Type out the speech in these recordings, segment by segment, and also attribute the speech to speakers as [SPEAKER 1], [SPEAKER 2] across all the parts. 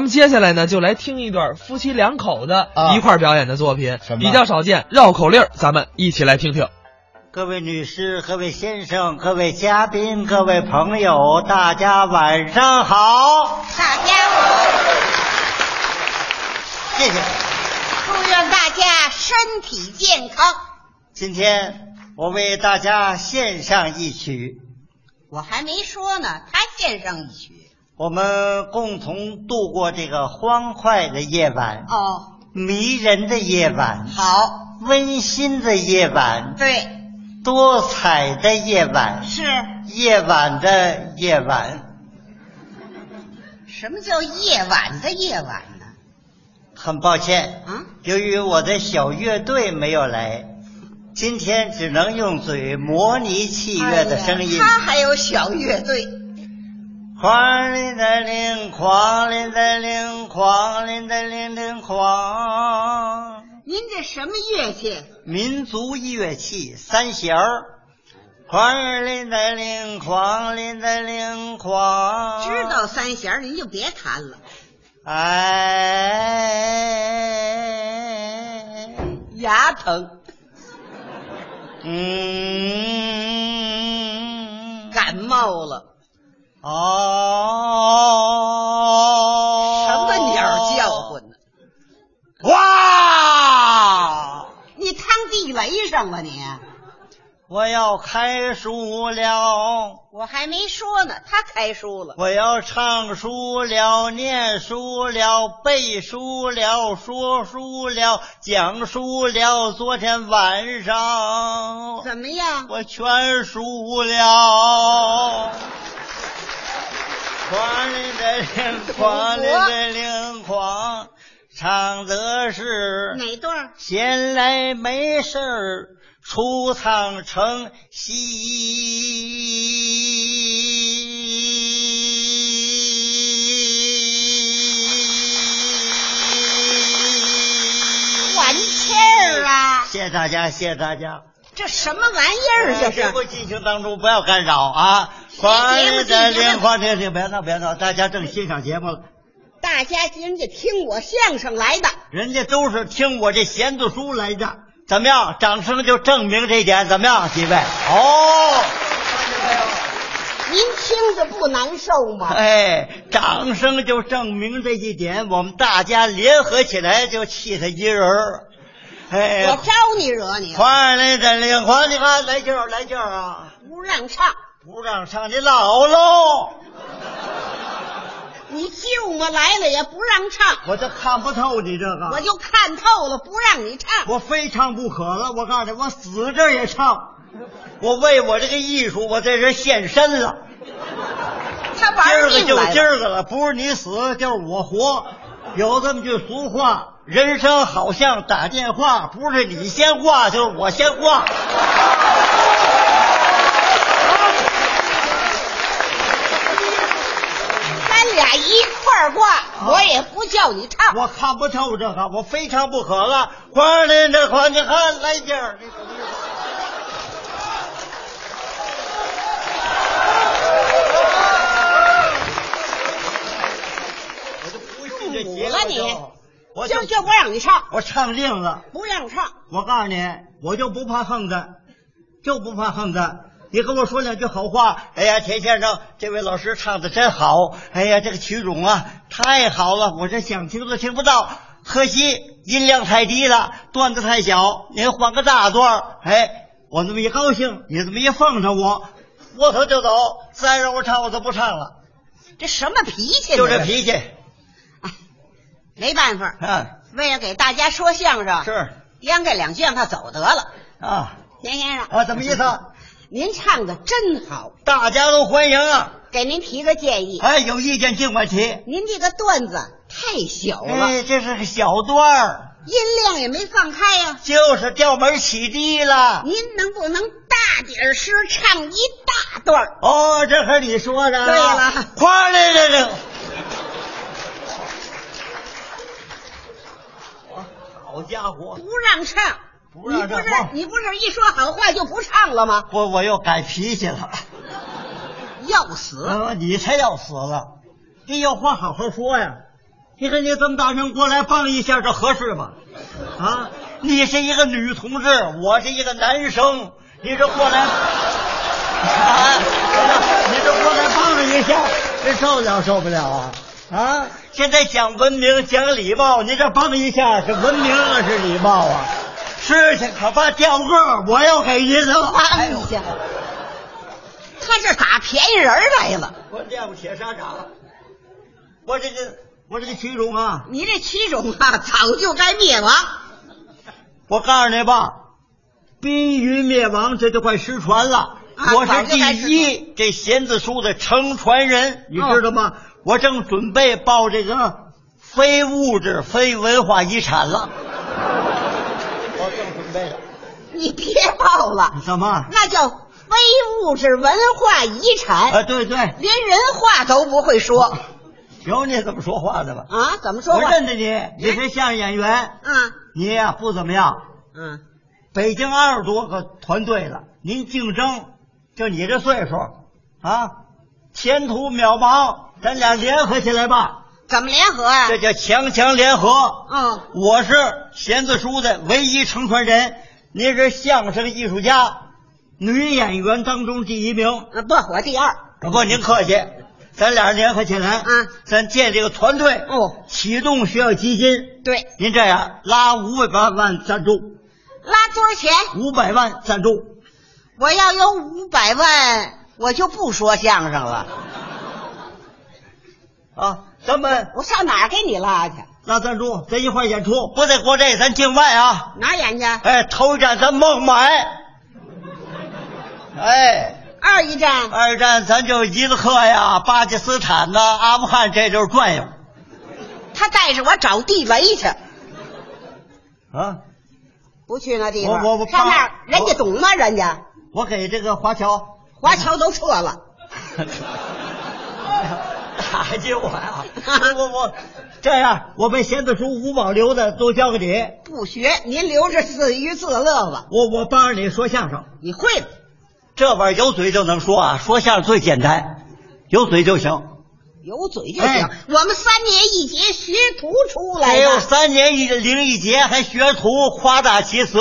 [SPEAKER 1] 咱们接下来呢，就来听一段夫妻两口子
[SPEAKER 2] 啊
[SPEAKER 1] 一块儿表演的作品，
[SPEAKER 2] 什么
[SPEAKER 1] 比较少见，绕口令儿，咱们一起来听听。
[SPEAKER 3] 各位女士、各位先生、各位嘉宾、各位朋友，大家晚上好！
[SPEAKER 4] 大家好，
[SPEAKER 3] 谢谢。
[SPEAKER 4] 祝愿大家身体健康。
[SPEAKER 3] 今天我为大家献上一曲，
[SPEAKER 4] 我还没说呢，他献上一曲
[SPEAKER 3] 我们共同度过这个欢快的夜晚、
[SPEAKER 4] 哦，
[SPEAKER 3] 迷人的夜晚、
[SPEAKER 4] 好，
[SPEAKER 3] 温馨的夜晚、
[SPEAKER 4] 对，
[SPEAKER 3] 多彩的夜晚、
[SPEAKER 4] 是
[SPEAKER 3] 夜晚的夜晚，
[SPEAKER 4] 什么叫夜晚的夜晚呢？
[SPEAKER 3] 很抱歉，
[SPEAKER 4] 啊，
[SPEAKER 3] 由于我的小乐队没有来，今天只能用嘴模拟器乐的声音。
[SPEAKER 4] 哎呀他还有小乐队，
[SPEAKER 3] 哐铃的铃，哐铃的铃，哐铃的铃铃哐。
[SPEAKER 4] 您这什么乐器？
[SPEAKER 3] 民族乐器三弦儿，哐铃的铃，哐铃的铃哐。
[SPEAKER 4] 知道三弦儿您就别弹了。
[SPEAKER 3] 哎，
[SPEAKER 4] 牙疼，
[SPEAKER 3] 嗯，
[SPEAKER 4] 感冒了，
[SPEAKER 3] 哦，
[SPEAKER 4] 什么鸟叫唤？呢？
[SPEAKER 3] 哇！
[SPEAKER 4] 你趟地雷上了你？
[SPEAKER 3] 我要开书了，
[SPEAKER 4] 我还没说呢，他开书了。
[SPEAKER 3] 我要唱书了，念书了，背书了，说书了，讲书了。昨天晚上
[SPEAKER 4] 怎么样？
[SPEAKER 3] 我全输了。狂铃的铃，狂铃的铃，狂，唱的是
[SPEAKER 4] 哪段？
[SPEAKER 3] 闲来没事儿出趟城西。
[SPEAKER 4] 管气儿啊！
[SPEAKER 3] 谢谢大家，谢谢大家。
[SPEAKER 4] 这什么玩意儿？啊这
[SPEAKER 3] 节目
[SPEAKER 4] 是
[SPEAKER 3] 哎进行当中不要干扰啊！狂热的灵，狂热的灵，别闹别闹，大家正欣赏节目了，
[SPEAKER 4] 大家今儿就听我相声来的，
[SPEAKER 3] 人家都是听我这弦子书来的，怎么样？掌声就证明这一点，怎么样？几位？哦，
[SPEAKER 4] 您听着不难受吗？
[SPEAKER 3] 哎，掌声就证明这一点，我们大家联合起来就气他一人儿。哎，
[SPEAKER 4] 我招你惹你啊了？
[SPEAKER 3] 狂热的灵，狂热的啊来劲儿，来劲儿啊！
[SPEAKER 4] 不让唱，
[SPEAKER 3] 不让上你姥喽！
[SPEAKER 4] 你舅妈来了也不让唱，
[SPEAKER 3] 我都看不透你这个。
[SPEAKER 4] 我就看透了，不让你唱。
[SPEAKER 3] 我非唱不可了，我告诉你，我死这儿也唱。我为我这个艺术，我在这儿献身了。
[SPEAKER 4] 他
[SPEAKER 3] 今儿
[SPEAKER 4] 玩
[SPEAKER 3] 个
[SPEAKER 4] 命
[SPEAKER 3] 就
[SPEAKER 4] 来
[SPEAKER 3] 今
[SPEAKER 4] 了，
[SPEAKER 3] 儿个了，不是你死就是我活。有这么句俗话，人生好像打电话，不是你先挂就是我先挂。
[SPEAKER 4] 咱俩一块儿挂，我也不叫你唱。
[SPEAKER 3] 啊我看不透这个，我非唱不可了。花儿的花，你看来劲儿。我就不信这邪
[SPEAKER 4] 堵了你
[SPEAKER 3] 我
[SPEAKER 4] 今
[SPEAKER 3] 就
[SPEAKER 4] 儿就不让你唱，
[SPEAKER 3] 我唱定了。
[SPEAKER 4] 不让唱，
[SPEAKER 3] 我告诉你，我就不怕横的，就不怕横的。你跟我说两句好话，哎呀，田先生，这位老师唱的真好，哎呀，这个曲种啊太好了，我这想听都听不到，可惜音量太低了，段子太小，您换个大段儿哎，我那么一高兴，你这么一放着我，我头就走，再让我唱我就不唱了，
[SPEAKER 4] 这什么脾气呢？
[SPEAKER 3] 就这脾气，
[SPEAKER 4] 没办法，
[SPEAKER 3] 啊，
[SPEAKER 4] 为了给大家说相声，
[SPEAKER 3] 是
[SPEAKER 4] 央给两句让他走得了。
[SPEAKER 3] 啊
[SPEAKER 4] 田先生，
[SPEAKER 3] 啊，怎么意思？
[SPEAKER 4] 您唱的真好，
[SPEAKER 3] 大家都欢迎啊！
[SPEAKER 4] 给您提个建议，
[SPEAKER 3] 哎，有意见尽管提。
[SPEAKER 4] 您这个段子太小了，
[SPEAKER 3] 哎，这是个小段儿，
[SPEAKER 4] 音量也没放开呀、
[SPEAKER 3] 就是调门起低了。
[SPEAKER 4] 您能不能大点声唱一大段儿？
[SPEAKER 3] 哦，这可是你说的啊。
[SPEAKER 4] 对了
[SPEAKER 3] 哗啦啦啦。好家伙！
[SPEAKER 4] 不让唱，
[SPEAKER 3] 不让唱
[SPEAKER 4] 你不是
[SPEAKER 3] 哦
[SPEAKER 4] 你不是一说好话就不唱了吗？
[SPEAKER 3] 我我又改脾气了。
[SPEAKER 4] 要死！
[SPEAKER 3] 啊呃你才要死了！你有话好好说呀。你看你这么大人过来帮一下，这合适吗？啊，你是一个女同志，我是一个男生，你这过来，啊，你这过来帮一下，这受不了受不了啊！啊，现在讲文明讲礼貌，你这帮一下是文明啊是礼貌啊？吃去可怕掉个儿，我要给您了。
[SPEAKER 4] 哎
[SPEAKER 3] 哎呦，
[SPEAKER 4] 呀，他这打便宜人儿来了。
[SPEAKER 3] 我练过铁砂掌，我这个我这个曲种啊，
[SPEAKER 4] 你这七种啊，早就该灭亡。
[SPEAKER 3] 我告诉你吧，濒于灭亡，这就快失传了。
[SPEAKER 4] 啊
[SPEAKER 3] 我
[SPEAKER 4] 早
[SPEAKER 3] 是
[SPEAKER 4] 就该
[SPEAKER 3] 第
[SPEAKER 4] 失
[SPEAKER 3] 一这弦子书的承传人，你知道吗？我正准备报这个非物质非文化遗产了。我正准备了，
[SPEAKER 4] 你别报了，
[SPEAKER 3] 怎么？
[SPEAKER 4] 那叫非物质文化遗
[SPEAKER 3] 啊，
[SPEAKER 4] 产，
[SPEAKER 3] 对对，
[SPEAKER 4] 连人话都不会说
[SPEAKER 3] 有你怎么说话的吧？
[SPEAKER 4] 啊？怎么说
[SPEAKER 3] 啊我
[SPEAKER 4] 话？
[SPEAKER 3] 认得你，你是相声演员，
[SPEAKER 4] 啊，
[SPEAKER 3] 你呀、不怎么样。
[SPEAKER 4] 嗯，
[SPEAKER 3] 北京二十多个团队了，您竞争，就你这岁数啊，前途渺茫，咱俩联合起来吧，
[SPEAKER 4] 怎么联合啊呀、
[SPEAKER 3] 这叫强强联合。
[SPEAKER 4] 嗯，
[SPEAKER 3] 我是弦子书的唯一承传人，您是相声艺术家，女演员当中第一名。
[SPEAKER 4] 啊不，我第二。
[SPEAKER 3] 不过您客气，咱俩联合起来，
[SPEAKER 4] 嗯，
[SPEAKER 3] 咱建这个团队，
[SPEAKER 4] 哦，
[SPEAKER 3] 启动需要基金，
[SPEAKER 4] 对，
[SPEAKER 3] 您这样拉五百万赞助，
[SPEAKER 4] 拉多少钱？
[SPEAKER 3] 五百万赞助。
[SPEAKER 4] 我要有五百万，我就不说相声了。
[SPEAKER 3] 啊，咱们
[SPEAKER 4] 我上哪儿给你拉去？
[SPEAKER 3] 拉赞助，咱一块儿演出，不在国内，咱境外啊！
[SPEAKER 4] 哪儿演去？
[SPEAKER 3] 哎，头一站咱孟买，哎，
[SPEAKER 4] 二一站
[SPEAKER 3] 二站咱就伊拉克呀、巴基斯坦呐、阿富汗，这就是转悠
[SPEAKER 4] 他带着我找地雷去，
[SPEAKER 3] 啊！
[SPEAKER 4] 不去那地方。
[SPEAKER 3] 我我我
[SPEAKER 4] 上那儿
[SPEAKER 3] 怕
[SPEAKER 4] 人家懂吗？人家
[SPEAKER 3] 我给这个华侨，
[SPEAKER 4] 华侨都撤了，
[SPEAKER 3] 打击我呀、我我这样，我被弦子书五保留的都交给你，
[SPEAKER 4] 不学，您留着自娱自乐吧。
[SPEAKER 3] 我我帮着你说相声。
[SPEAKER 4] 你会了，
[SPEAKER 3] 这玩意儿有嘴就能说啊，说相声最简单，有嘴就行。
[SPEAKER 4] 有嘴就行。
[SPEAKER 3] 哎
[SPEAKER 4] 我们三年一节学徒出
[SPEAKER 3] 还
[SPEAKER 4] 来
[SPEAKER 3] 有
[SPEAKER 4] 的，
[SPEAKER 3] 三年一零一节还学徒，夸大其词。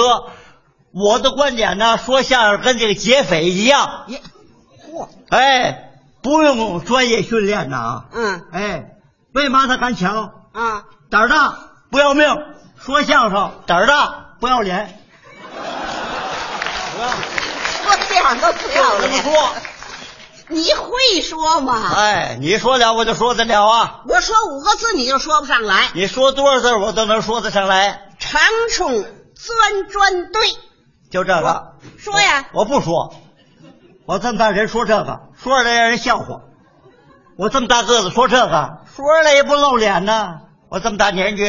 [SPEAKER 3] 我的观点呢，说相声跟这个劫匪一样，
[SPEAKER 4] 也嚯，
[SPEAKER 3] 哎，不用专业训练呐。
[SPEAKER 4] 嗯
[SPEAKER 3] 哎，为嘛他敢抢？
[SPEAKER 4] 啊，
[SPEAKER 3] 胆儿大不要命，说相声胆儿大不要脸。
[SPEAKER 4] 说相声都不要
[SPEAKER 3] 这么
[SPEAKER 4] 脸。
[SPEAKER 3] 说，
[SPEAKER 4] 你会说吗？
[SPEAKER 3] 哎，你说了我就说得了啊，
[SPEAKER 4] 我说五个字你就说不上来，
[SPEAKER 3] 你说多少字儿我都能说得上来，
[SPEAKER 4] 长虫钻砖对。
[SPEAKER 3] 就这个。
[SPEAKER 4] 说呀，
[SPEAKER 3] 我不说，我这么大人说这个，说出来让人笑话。我这么大个子说这个，说出来也不露脸呐。我这么大年纪，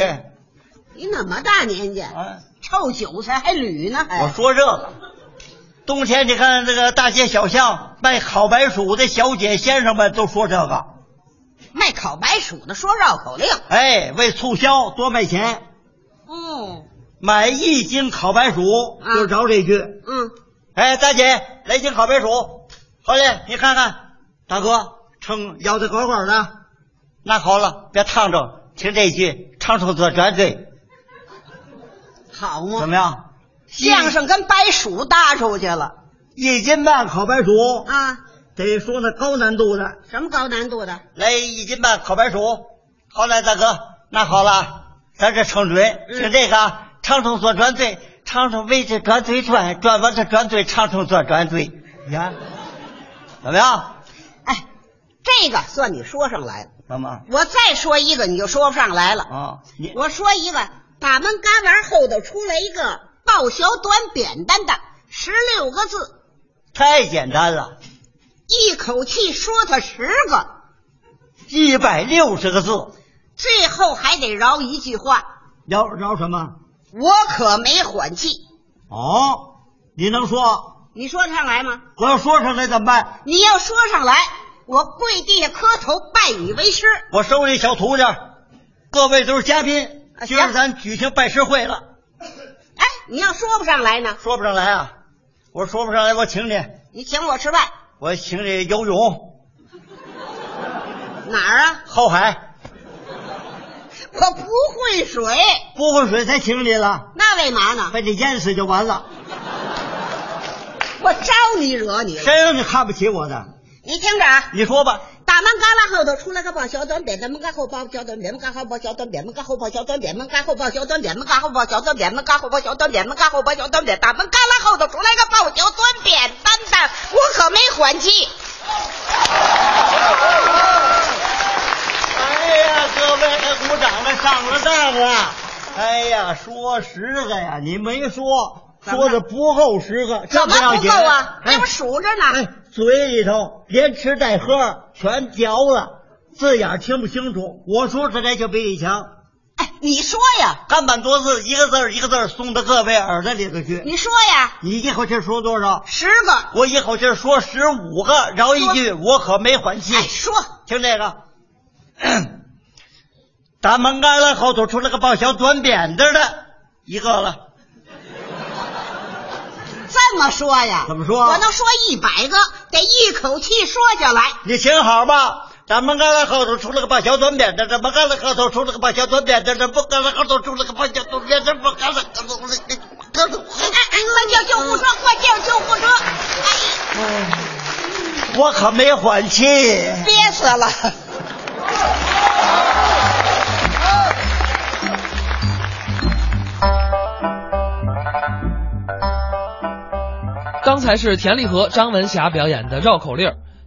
[SPEAKER 4] 你那么大年纪，
[SPEAKER 3] 啊，
[SPEAKER 4] 臭韭菜还捋呢，还
[SPEAKER 3] 我说这个。冬天你看这个大街小巷卖烤白薯的小姐先生们都说这个，
[SPEAKER 4] 哎卖烤白薯的说绕口令。
[SPEAKER 3] 哎，为促销多卖钱，
[SPEAKER 4] 哦，
[SPEAKER 3] 嗯买一斤烤白薯
[SPEAKER 4] 啊
[SPEAKER 3] 就饶这句。
[SPEAKER 4] 嗯，
[SPEAKER 3] 哎，大姐来斤烤白薯，好嘞，你看看，大哥称腰的管管的。那好了，别烫着，听这句，唱出做转对，
[SPEAKER 4] 好
[SPEAKER 3] 怎
[SPEAKER 4] 嘛，
[SPEAKER 3] 么样？
[SPEAKER 4] 相声跟白薯搭出去了
[SPEAKER 3] 一斤半烤白薯，
[SPEAKER 4] 啊？
[SPEAKER 3] 得说那高难度的。
[SPEAKER 4] 什么高难度的？
[SPEAKER 3] 来一斤半烤白薯，好嘞，大哥，那好了，咱这称准，
[SPEAKER 4] 嗯
[SPEAKER 3] 听这个啊，唱出做转对，唱出围着转对转，转完这转对，唱出做转对，你看怎么样？
[SPEAKER 4] 哎，这个算你说上来了。
[SPEAKER 3] 怎么？
[SPEAKER 4] 我再说一个，你就说不上来了。
[SPEAKER 3] 啊，你
[SPEAKER 4] 我说一个，把门旮旯后头出来一个抱小短扁担的，十六个字，
[SPEAKER 3] 太简单了，
[SPEAKER 4] 一口气说他十个，
[SPEAKER 3] 一百六十个字，
[SPEAKER 4] 最后还得饶一句话：
[SPEAKER 3] 饶饶什么？
[SPEAKER 4] 我可没缓气。
[SPEAKER 3] 哦，你能说？
[SPEAKER 4] 你说得上来吗？
[SPEAKER 3] 我要说上来怎么办？
[SPEAKER 4] 你要说上来，我跪地下磕头拜你为师。
[SPEAKER 3] 我收一小徒弟，各位都是嘉宾
[SPEAKER 4] 啊，
[SPEAKER 3] 今儿
[SPEAKER 4] 行
[SPEAKER 3] 咱举行拜师会了，
[SPEAKER 4] 哎，你要说不上来呢，
[SPEAKER 3] 说不上来啊。我说不上来，我请你，
[SPEAKER 4] 你请我吃饭
[SPEAKER 3] 我请你游泳、
[SPEAKER 4] 哪儿啊？
[SPEAKER 3] 后海。
[SPEAKER 4] 我不会水，
[SPEAKER 3] 不会水才请你了，
[SPEAKER 4] 那为嘛呢？
[SPEAKER 3] 把你淹死就完了。
[SPEAKER 4] 我招你惹你了？
[SPEAKER 3] 谁让你看不起我的？
[SPEAKER 4] 你听着啊，
[SPEAKER 3] 你说吧，
[SPEAKER 4] 大门旮旯后头出来个抱小短扁的，门旮后抱小短扁，门旮后抱小短扁，门旮后抱小短扁，门旮后抱小短扁，门旮后抱小短扁，门旮后抱小短扁，门旮后抱小短扁，大门旮旯后头出来个抱小短扁担担，我可没还击。
[SPEAKER 3] 哎呀，各位鼓掌了，上了当了！哎呀，说十个呀，你没说，
[SPEAKER 4] 怎
[SPEAKER 3] 说
[SPEAKER 4] 么
[SPEAKER 3] 的不够十个，这
[SPEAKER 4] 怎
[SPEAKER 3] 不要
[SPEAKER 4] 么不
[SPEAKER 3] 紧
[SPEAKER 4] 够啊？
[SPEAKER 3] 哎
[SPEAKER 4] 那不数着呢。
[SPEAKER 3] 哎，嘴里头连吃带喝全嚼了，字眼儿听不清楚。我说出来就比你强，
[SPEAKER 4] 哎，你说呀，
[SPEAKER 3] 看板多字，一个字儿一个字儿送到各位耳朵里头去。
[SPEAKER 4] 你说呀，
[SPEAKER 3] 你一口气儿说多少？
[SPEAKER 4] 十个。
[SPEAKER 3] 我一口气儿说十五个，饶一句我可没还气。
[SPEAKER 4] 哎，说
[SPEAKER 3] 听这个，大门旮旯后头出来个抱小短扁担的，一个了。
[SPEAKER 4] 这么说呀？
[SPEAKER 3] 怎么说
[SPEAKER 4] 我能说一百个，得一口气说下来。
[SPEAKER 3] 你听好吧，大门旮旯后头出来个抱小短扁担的，门旮旯后头出来个抱小短扁担的，门旮旯后头出来个抱小短扁担，门旮旯后头出来个抱小短
[SPEAKER 4] 哎哎，快叫救护车！快叫救护车！哎，
[SPEAKER 3] 我可没缓气。
[SPEAKER 4] 憋死了！
[SPEAKER 1] 刚才是田立和、张文霞表演的绕口令儿